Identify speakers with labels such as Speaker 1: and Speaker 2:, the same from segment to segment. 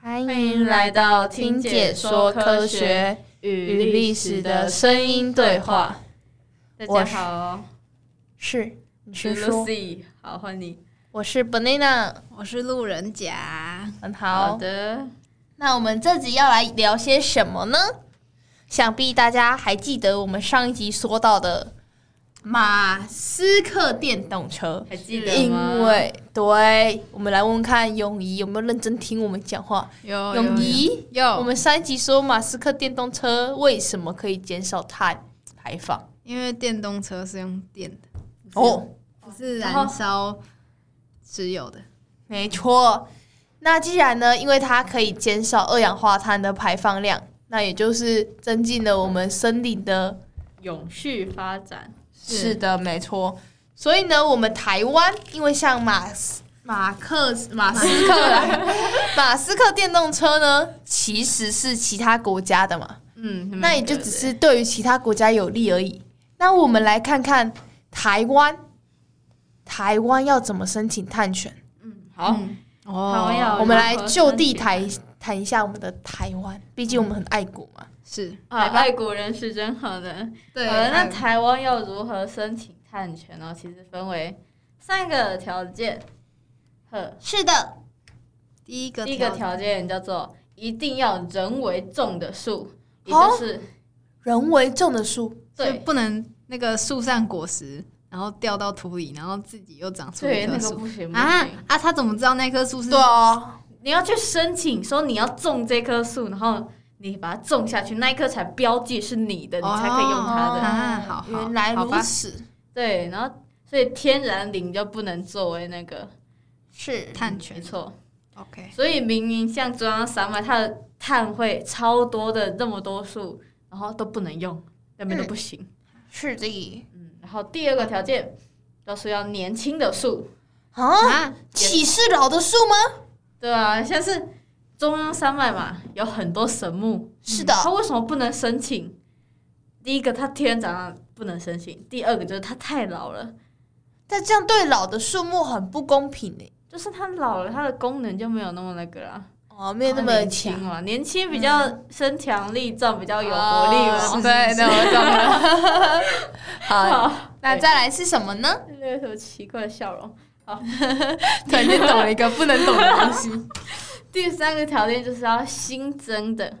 Speaker 1: 欢
Speaker 2: 欢迎来到听解说科学与历史的声音对话。
Speaker 1: 大
Speaker 2: 我
Speaker 1: 家
Speaker 2: 是
Speaker 1: 好，
Speaker 2: 是，你
Speaker 1: 我
Speaker 2: 是
Speaker 1: 是
Speaker 2: 说
Speaker 1: Lucy，好，换你。
Speaker 2: 我是 Banana，
Speaker 3: 我是路人甲，
Speaker 2: 很
Speaker 1: 好
Speaker 2: 好。
Speaker 1: 的，
Speaker 2: 那我们这集要来聊些什么呢？想必大家还记得我们上一集说到的马斯克电动车，
Speaker 1: 还记得吗？
Speaker 2: 因为对，我们来问问看泳怡有没有认真听我们讲话。
Speaker 3: 有
Speaker 2: 泳怡，
Speaker 3: 有，
Speaker 2: 我们上一集说马斯克电动车为什么可以减少碳排放？
Speaker 3: 因为电动车是用电的，
Speaker 2: 哦，
Speaker 3: 不是
Speaker 2: 然后
Speaker 3: 燃烧石油的。
Speaker 2: 没错。那既然呢，因为它可以减少二氧化碳的排放量，那也就是增进了我们森林的。
Speaker 1: 永续发展，
Speaker 3: 是
Speaker 2: 的，没错。所以呢，我们台湾因为像马斯马克马斯 克啦马斯克电动车呢，其实是其他国家的嘛，
Speaker 3: 嗯，
Speaker 2: 那也就只是对于其他国家有利而已。那我们来看看台湾，台湾要怎么申请碳权？
Speaker 1: 嗯，好，
Speaker 3: 嗯
Speaker 1: 好呀
Speaker 3: 哦，
Speaker 2: 我们来就地谈谈一下我们的台湾，毕竟我们很爱国嘛。
Speaker 3: 是
Speaker 1: 啊，爱国人是真好的。
Speaker 3: 对。
Speaker 1: 好了，那
Speaker 3: 嗯
Speaker 1: 台湾要如何申请碳权呢？其实分为三个条件。呵，
Speaker 2: 是的，
Speaker 3: 第一个
Speaker 1: 第一个条件叫做一定要人为种的树，也
Speaker 2: 哦
Speaker 1: 就是
Speaker 2: 人为种的树，
Speaker 3: 就
Speaker 1: 对
Speaker 3: 不能那个树上果实，然后掉到土里，然后自己又长出一
Speaker 1: 对那个
Speaker 3: 棵树
Speaker 1: 不行不
Speaker 3: 啊
Speaker 1: 行，
Speaker 3: 啊！他怎么知道那棵树是？
Speaker 2: 啊，
Speaker 1: 你要去申请说你要种这棵树，然后你把它种下去，那一棵才标记是你的，你才可以用它的。
Speaker 3: 哦啊好好
Speaker 2: 原来
Speaker 3: 好
Speaker 2: 如
Speaker 3: 吧
Speaker 2: 此，
Speaker 1: 对，然后所以天然林就不能作为那个
Speaker 2: 是
Speaker 3: 碳
Speaker 1: 没
Speaker 3: 权。
Speaker 1: 错。
Speaker 3: OK，
Speaker 1: 所以明明像中央山脉，它的碳会超多的，那么多树，然后都不能用，那
Speaker 3: 嗯
Speaker 1: 边都不行。
Speaker 2: 是的
Speaker 1: 嗯，然后第二个条件就是要年轻的树，
Speaker 2: 啊，
Speaker 3: 啊，
Speaker 2: 岂是老的树吗？
Speaker 1: 对啊，像是中央山脉嘛，有很多神木，
Speaker 2: 是的，
Speaker 1: 他为什么不能申请？第一个，他天然长大不能申请；第二个就是他太老了，
Speaker 2: 但这样对老的树木很不公平呢。
Speaker 1: 就是他老了，他的功能就没有那么那个啦，
Speaker 2: 哦，没有那
Speaker 1: 他
Speaker 2: 么
Speaker 1: 年轻
Speaker 2: 强，
Speaker 1: 嘛，年轻比较身强力壮，比较有活力嘛。
Speaker 2: 哦
Speaker 1: 是
Speaker 2: 对，那我懂了。 好，
Speaker 1: 好，
Speaker 2: 那再来是什么呢？
Speaker 1: 那个什么奇怪的笑容。
Speaker 2: 突然间懂了一个不能懂 的东西，
Speaker 1: 第三个条件就是要新增的，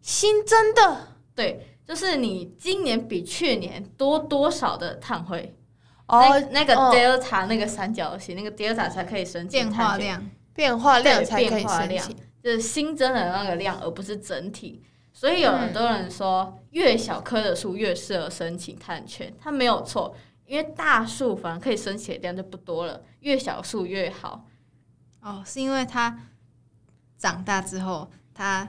Speaker 2: 新增的
Speaker 1: 对，就是你今年比去年多多少的碳汇，
Speaker 2: 哦，
Speaker 1: 那那个
Speaker 2: 哦
Speaker 1: delta 那个三角形，那个 delta 才可以申请
Speaker 3: 变
Speaker 1: 碳
Speaker 3: 化
Speaker 1: 权
Speaker 3: 量
Speaker 2: 变化量
Speaker 1: 对
Speaker 2: 才可以
Speaker 1: 变化
Speaker 2: 申
Speaker 1: 量
Speaker 2: 请。
Speaker 1: 就是新增的那个量，而不是整体。所以有
Speaker 2: 嗯
Speaker 1: 很多人说，越小棵的树越适合申请碳权，它没有错，因为大树反而可以申请的量就不多了，越小树越好。
Speaker 3: 哦，是因为它长大之后，它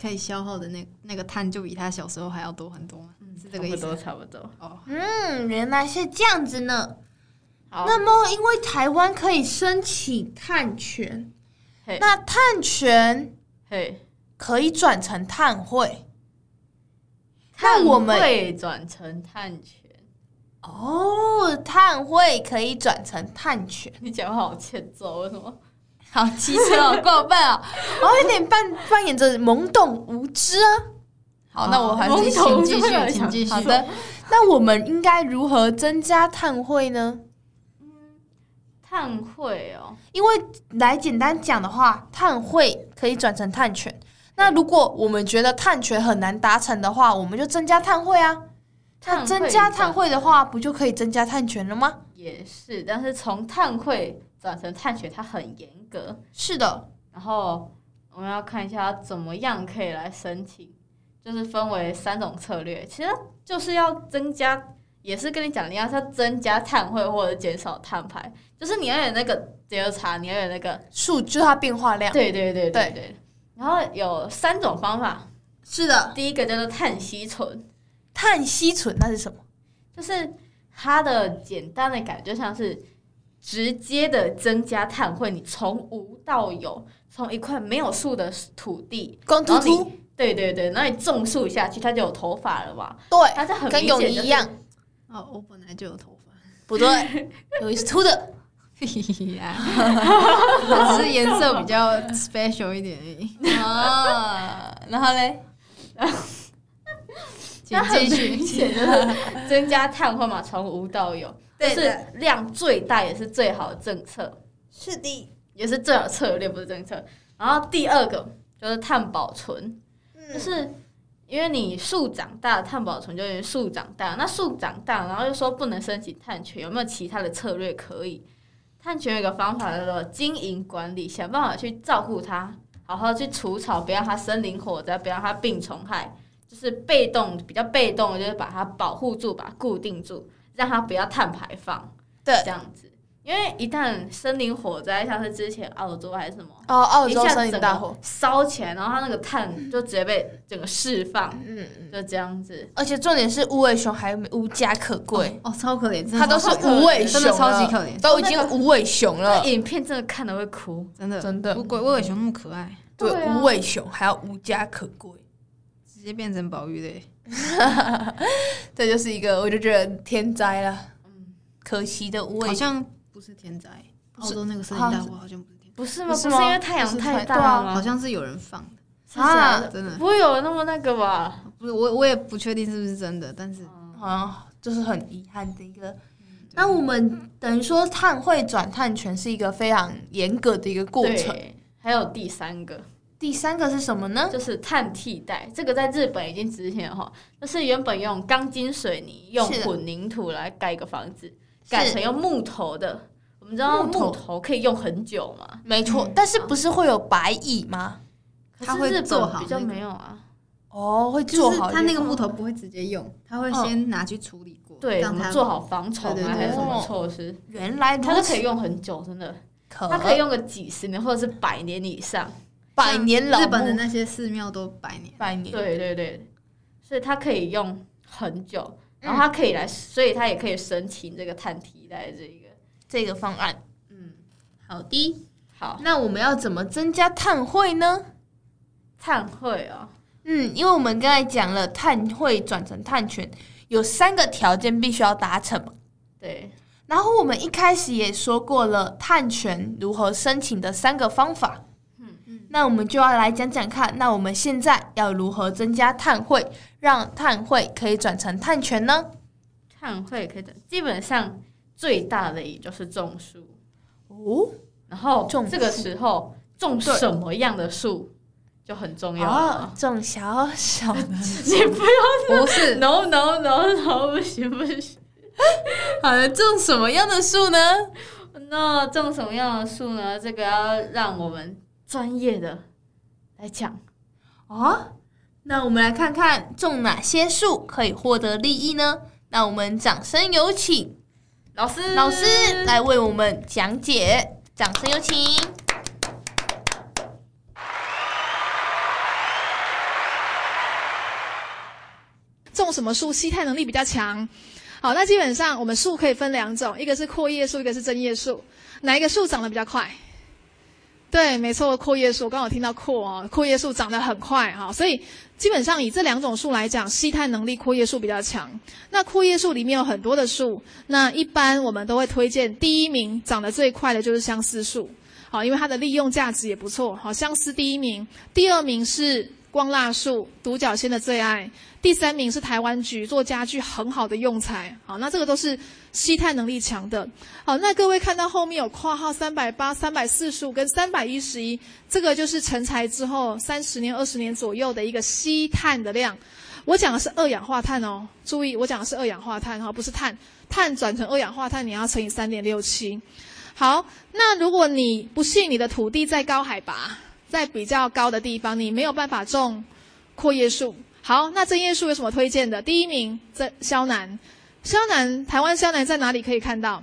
Speaker 3: 可以消耗的那那个碳就比它小时候还要多很多吗？是这个意
Speaker 1: 嗯差不多，
Speaker 3: 思？
Speaker 1: 差不多。
Speaker 3: 哦，
Speaker 2: 嗯，原来是这样子呢。
Speaker 1: 好，
Speaker 2: 那么，因为台湾可以申请碳权，
Speaker 1: 嘿
Speaker 2: 那碳权
Speaker 1: 嘿，
Speaker 2: 可以转成碳汇那
Speaker 1: 碳
Speaker 2: 我们
Speaker 1: 会转成碳权，
Speaker 2: 哦，碳汇可以转成碳权，
Speaker 1: 你讲话好欠揍，为什么？
Speaker 2: 好机车哦，过分哦，我有点扮扮演着懵懂无知啊。好，那我还
Speaker 1: 懵
Speaker 2: 是
Speaker 1: 懂
Speaker 2: 请
Speaker 1: 无
Speaker 2: 继
Speaker 1: 知
Speaker 2: 续
Speaker 1: 会有，人
Speaker 2: 请
Speaker 1: 想
Speaker 2: 继续。
Speaker 1: 好的
Speaker 2: 那我们应该如何增加碳汇呢？
Speaker 1: 碳会哦，
Speaker 2: 因为来简单讲的话，碳汇可以转成碳权。那如果我们觉得碳权很难达成的话，我们就增加碳汇啊。那
Speaker 1: 碳
Speaker 2: 增
Speaker 1: 汇
Speaker 2: 加
Speaker 1: 转
Speaker 2: 碳汇的话，不就可以增加碳权了吗？
Speaker 1: 也是，但是从碳会转成碳权，它很严格。
Speaker 2: 是的，
Speaker 1: 然后我们要看一下怎么样可以来申请，就是分为三种策略，其实就是要增加，也是跟你讲，你要是要增加碳汇或者减少碳排，就是你要有那个调查，你要有那个，
Speaker 2: 数就是它变化量。
Speaker 1: 对对对
Speaker 2: 对
Speaker 1: 对。然后有三种方法，
Speaker 2: 是的，
Speaker 1: 第一个叫做碳吸存，
Speaker 2: 碳吸存那是什么？
Speaker 1: 就是它的简单的感觉像是直接的增加碳汇，你从无到有，从一块没有树的土地，
Speaker 2: 光秃
Speaker 1: 然后
Speaker 2: 秃，
Speaker 1: 对对对，那你种树下去，它就有头发了 嘛？
Speaker 2: 对，
Speaker 1: 它这很
Speaker 2: 跟
Speaker 1: 明
Speaker 2: 泳
Speaker 1: 显
Speaker 2: 衣
Speaker 1: 就是
Speaker 2: 一，样，
Speaker 3: 哦，我本来就有头发，
Speaker 2: 不对，泳衣是秃的。
Speaker 3: 屁呀，只是颜色比较 special 一点而 已。
Speaker 2: 啊， 然后嘞，
Speaker 3: 请继续。
Speaker 1: 显就是增加碳汇嘛，从无到有，就
Speaker 4: 对
Speaker 1: 是
Speaker 4: 的，
Speaker 1: 量最大也是最好的政策，
Speaker 4: 是的，
Speaker 1: 也是最好的策略，不是政策。然后第二个就是碳保存，就
Speaker 4: 嗯，
Speaker 1: 是因为你树长大，碳保存就等于树长大。那树长大，然后又说不能申请碳权，有没有其他的策略可以？碳权有一个方法叫做经营管理，想办法去照顾它，好好去除草，不要让它森林火灾，不要让它病虫害，就是被动比较被动的，就是把它保护住，把它固定住，让它不要碳排放。
Speaker 2: 对
Speaker 1: 这样子，因为一旦森林火灾，像是之前澳洲还是什么。
Speaker 2: 哦，澳
Speaker 1: 一
Speaker 2: 洲
Speaker 1: 下
Speaker 2: 森林
Speaker 1: 整
Speaker 2: 大
Speaker 1: 个
Speaker 2: 火，
Speaker 1: 烧起来，然后它那个碳就直接被整个释放，
Speaker 2: 嗯嗯，
Speaker 1: 就这样子。
Speaker 2: 而且重点是无尾熊还无家可归，
Speaker 3: 哦，超可怜，真的
Speaker 2: 它都是
Speaker 3: 超可怜
Speaker 2: 无尾熊啊
Speaker 3: 真的超级
Speaker 2: 了
Speaker 3: 可怜，
Speaker 2: 都已经无尾熊了
Speaker 1: 那，影片真的看的会哭，
Speaker 3: 真的。
Speaker 2: 真的
Speaker 3: 乌龟、乌尾熊那么可爱，
Speaker 2: 对
Speaker 1: 对啊
Speaker 2: 无尾熊还要无家可归，
Speaker 3: 直接变成宝玉嘞。
Speaker 2: 这就是一个我就觉得天灾了，
Speaker 1: 嗯，
Speaker 2: 可惜的无尾
Speaker 3: 好
Speaker 2: 熊。
Speaker 3: 像不是天灾，澳
Speaker 2: 是
Speaker 3: 洲那个森林大火好像不是天
Speaker 1: 不是吗？
Speaker 2: 不
Speaker 1: 不
Speaker 2: 是
Speaker 1: 是
Speaker 2: 吗
Speaker 1: 因为太
Speaker 2: 不
Speaker 1: 阳
Speaker 2: 是
Speaker 1: 太
Speaker 2: 太对
Speaker 1: 大
Speaker 2: 啊
Speaker 3: 灾，
Speaker 1: 吗？
Speaker 3: 好像是有人放的，
Speaker 1: 是谁
Speaker 2: 啊
Speaker 1: 的
Speaker 3: 真的
Speaker 1: 不会有那么那个吧？
Speaker 3: 不是我我也不确定是不是真的，但是
Speaker 2: 好像就是很遗憾的一个。那我们等于说碳汇转碳权是一个非常严格的一个过程。
Speaker 1: 对。还有第三个
Speaker 2: 第三个是什么呢？
Speaker 1: 就是碳替代，这个在日本已经执行了哈，就是原本用钢筋水泥、用
Speaker 2: 是的
Speaker 1: 混凝土来盖一个房子，改成用木头的。我们知道
Speaker 2: 木头
Speaker 1: 木头可以用很久嘛，
Speaker 2: 没错，但是不是会有白蚁吗？
Speaker 1: 可
Speaker 3: 它
Speaker 1: 是
Speaker 3: 会
Speaker 1: 日
Speaker 3: 做
Speaker 1: 本
Speaker 3: 好
Speaker 1: 比较
Speaker 3: 那个
Speaker 1: 没有啊。
Speaker 2: 哦，会
Speaker 3: 就哦
Speaker 2: 做
Speaker 3: 是
Speaker 2: 好
Speaker 3: 它那个
Speaker 2: 就好
Speaker 3: 木头不会直接用，它会
Speaker 2: 嗯
Speaker 3: 先拿去处理过，
Speaker 1: 对，怎
Speaker 3: 让它
Speaker 1: 么做好防虫
Speaker 3: 对对
Speaker 1: 啊，
Speaker 3: 对哎
Speaker 1: 还有什
Speaker 2: 哦
Speaker 1: 么措施？
Speaker 2: 原来如
Speaker 1: 它是
Speaker 2: 此
Speaker 1: 可以，用很久，真的，
Speaker 2: 可
Speaker 3: 呃
Speaker 1: 它可以用个几十年或者是百年以上。
Speaker 2: 百年老
Speaker 3: 日
Speaker 2: 木
Speaker 3: 本的那些寺庙都百年，
Speaker 2: 百年，
Speaker 1: 对对对，所以它可以用很久，
Speaker 2: 嗯
Speaker 1: 然后它可以来，所以它也可以申请这个碳替代这一个。
Speaker 2: 这个方案。
Speaker 1: 嗯，
Speaker 2: 好的，
Speaker 1: 好，
Speaker 2: 那我们要怎么增加碳汇呢？
Speaker 1: 碳汇哦，
Speaker 2: 嗯，因为我们刚才讲了碳汇转成碳权有三个条件必须要达成嘛。
Speaker 1: 对，
Speaker 2: 然后我们一开始也说过了碳权如何申请的三个方法。嗯，那我们就要来讲讲看，那我们现在要如何增加碳汇，让碳汇可以转成碳权呢？
Speaker 1: 碳汇可以的，基本上最大的也就是种树，
Speaker 2: 哦，
Speaker 1: 然后
Speaker 2: 种
Speaker 1: 这个
Speaker 2: 树
Speaker 1: 时候种
Speaker 2: 对
Speaker 1: 什么样的树就很重要
Speaker 2: 哦
Speaker 1: 了。，
Speaker 2: 种小小 的
Speaker 1: 你不
Speaker 3: 不是
Speaker 1: no no no no，不行不行。
Speaker 2: 好了，种什么样的树呢？
Speaker 1: 那种什么样的树呢？这个要让我们专业的来讲。
Speaker 2: 哦，那我们来看看种哪些树可以获得利益呢？那我们掌声有请
Speaker 1: 老师，
Speaker 2: 老师来为我们讲解，掌声有请。
Speaker 5: 种什么树吸碳能力比较强。好，那基本上我们树可以分两种，一个是阔叶树，一个是针叶树。哪一个树长得比较快？对，没错，阔叶树。刚好听到阔哦，阔叶树长得很快哈、所以基本上以这两种树来讲，吸碳能力阔叶树比较强。那阔叶树里面有很多的树，那一般我们都会推荐第一名长得最快的就是相思树，好，因为它的利用价值也不错。好，相思第一名，第二名是光蜡树，独角仙的最爱。第三名是台湾菊，做家具很好的用材。好，那这个都是吸碳能力强的。好，那各位看到后面有括号三百八、三百四十五跟三百一十一，这个就是成材之后三十年、二十年左右的一个吸碳的量。我讲的是二氧化碳哦，注意，我讲的是二氧化碳哈，不是碳。碳转成二氧化碳，你要乘以三点六七。好，那如果你不信你的土地在高海拔，在比较高的地方，你没有办法种阔叶树。好，那针叶树有什么推荐的？第一名，这萧南，萧南，台湾萧南在哪里可以看到？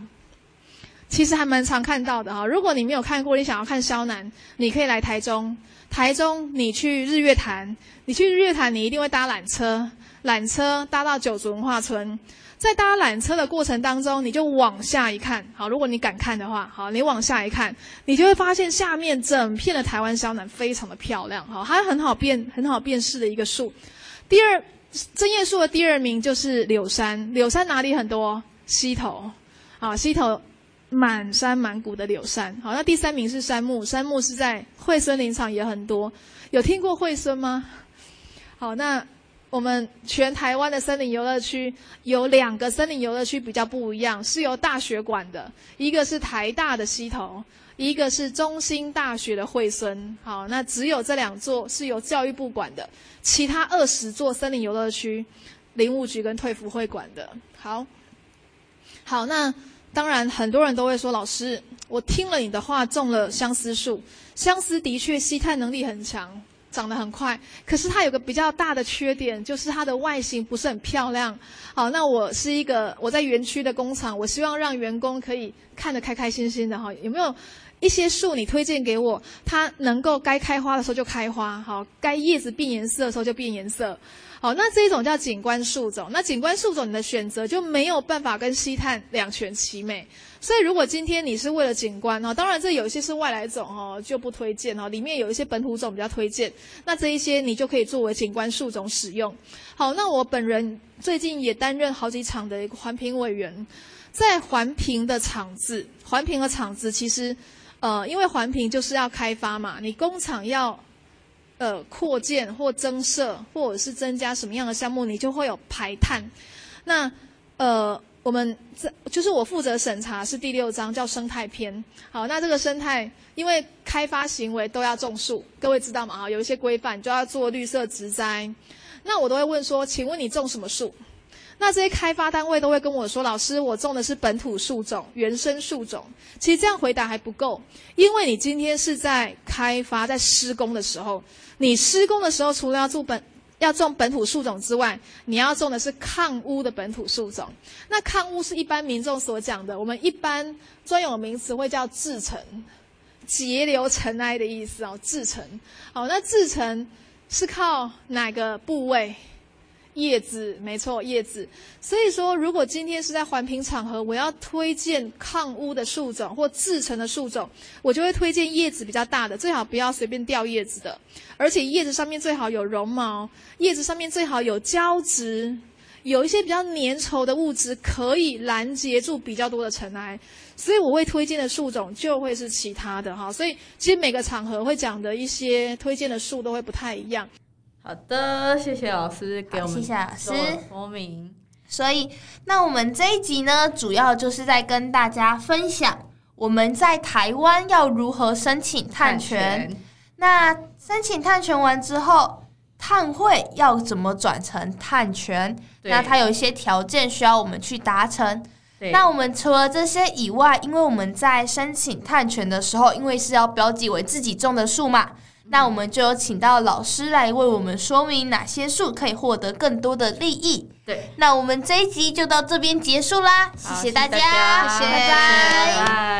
Speaker 5: 其实还蛮常看到的哈、如果你没有看过，你想要看萧南，你可以来台中。台中，你去日月潭，你去日月潭，你一定会搭缆车，缆车搭到九族文化村。在搭缆车的过程当中，你就往下一看，好，如果你敢看的话，好，你往下一看，你就会发现下面整片的台湾萧南非常的漂亮，好，它很好辨很好辨识的一个树。第二，针叶树的第二名就是柳杉，柳杉哪里很多？溪头，啊，溪头满山满谷的柳杉。好，那第三名是杉木，杉木是在惠森林场也很多，有听过惠森吗？好，那我们全台湾的森林游乐区有两个森林游乐区比较不一样，是由大学管的，一个是台大的西头，一个是中兴大学的惠森。好，那只有这两座是由教育部管的，其他二十座森林游乐区，林务局跟退服会管的。好，好，那当然很多人都会说，老师，我听了你的话，种了相思树，相思的确吸碳能力很强。长得很快，可是它有个比较大的缺点，就是它的外形不是很漂亮。好，那我是一个我在园区的工厂，我希望让员工可以看得开开心心的哈。有没有一些树你推荐给我，它能够该开花的时候就开花，好，该叶子变颜色的时候就变颜色。好，那这一种叫景观树种。那景观树种你的选择就没有办法跟西炭两全其美。所以，如果今天你是为了景观哦，当然这有一些是外来种哦，就不推荐哦。里面有一些本土种比较推荐，那这一些你就可以作为景观树种使用。好，那我本人最近也担任好几场的一个环评委员，在环评的场子，环评的场子其实，呃，因为环评就是要开发嘛，你工厂要。呃，扩建或增设，或者是增加什么样的项目，你就会有排碳。那呃，我们这就是我负责审查是第六章叫生态篇。好，那这个生态，因为开发行为都要种树，各位知道吗？啊，有一些规范就要做绿色植栽。那我都会问说，请问你种什么树？那这些开发单位都会跟我说，老师，我种的是本土树种、原生树种。其实这样回答还不够，因为你今天是在开发、在施工的时候，你施工的时候，除了要种本要种本土树种之外，你要种的是抗污的本土树种。那抗污是一般民众所讲的，我们一般专有名词会叫制成，截留尘埃的意思哦，制成。好，那制成是靠哪个部位？叶子，没错，叶子。所以说，如果今天是在环评场合，我要推荐抗污的树种或制成的树种，我就会推荐叶子比较大的，最好不要随便掉叶子的，而且叶子上面最好有绒毛，叶子上面最好有胶质，有一些比较粘稠的物质可以拦截住比较多的尘埃。所以我会推荐的树种就会是其他的哈。所以其实每个场合会讲的一些推荐的树都会不太一样。
Speaker 1: 好的，谢谢老师给
Speaker 2: 好
Speaker 1: 我们
Speaker 2: 谢谢老师
Speaker 1: 做了说明。
Speaker 2: 所以，那我们这一集呢，主要就是在跟大家分享我们在台湾要如何申请碳权。，那申请碳权完之后，碳汇要怎么转成碳权？
Speaker 1: 对
Speaker 2: 那它有一些条件需要我们去达成。
Speaker 1: 对，
Speaker 2: 那我们除了这些以外，因为我们在申请碳权的时候，因为是要标记为自己种的树嘛，
Speaker 1: 嗯
Speaker 2: 那我们就有请到老师来为我们说明哪些树可以获得更多的利益。
Speaker 1: 对，
Speaker 2: 那我们这一集就到这边结束啦，谢
Speaker 1: 好
Speaker 2: 谢大
Speaker 1: 谢谢大家
Speaker 2: 家，
Speaker 1: 谢谢
Speaker 2: 拜拜
Speaker 1: 拜拜。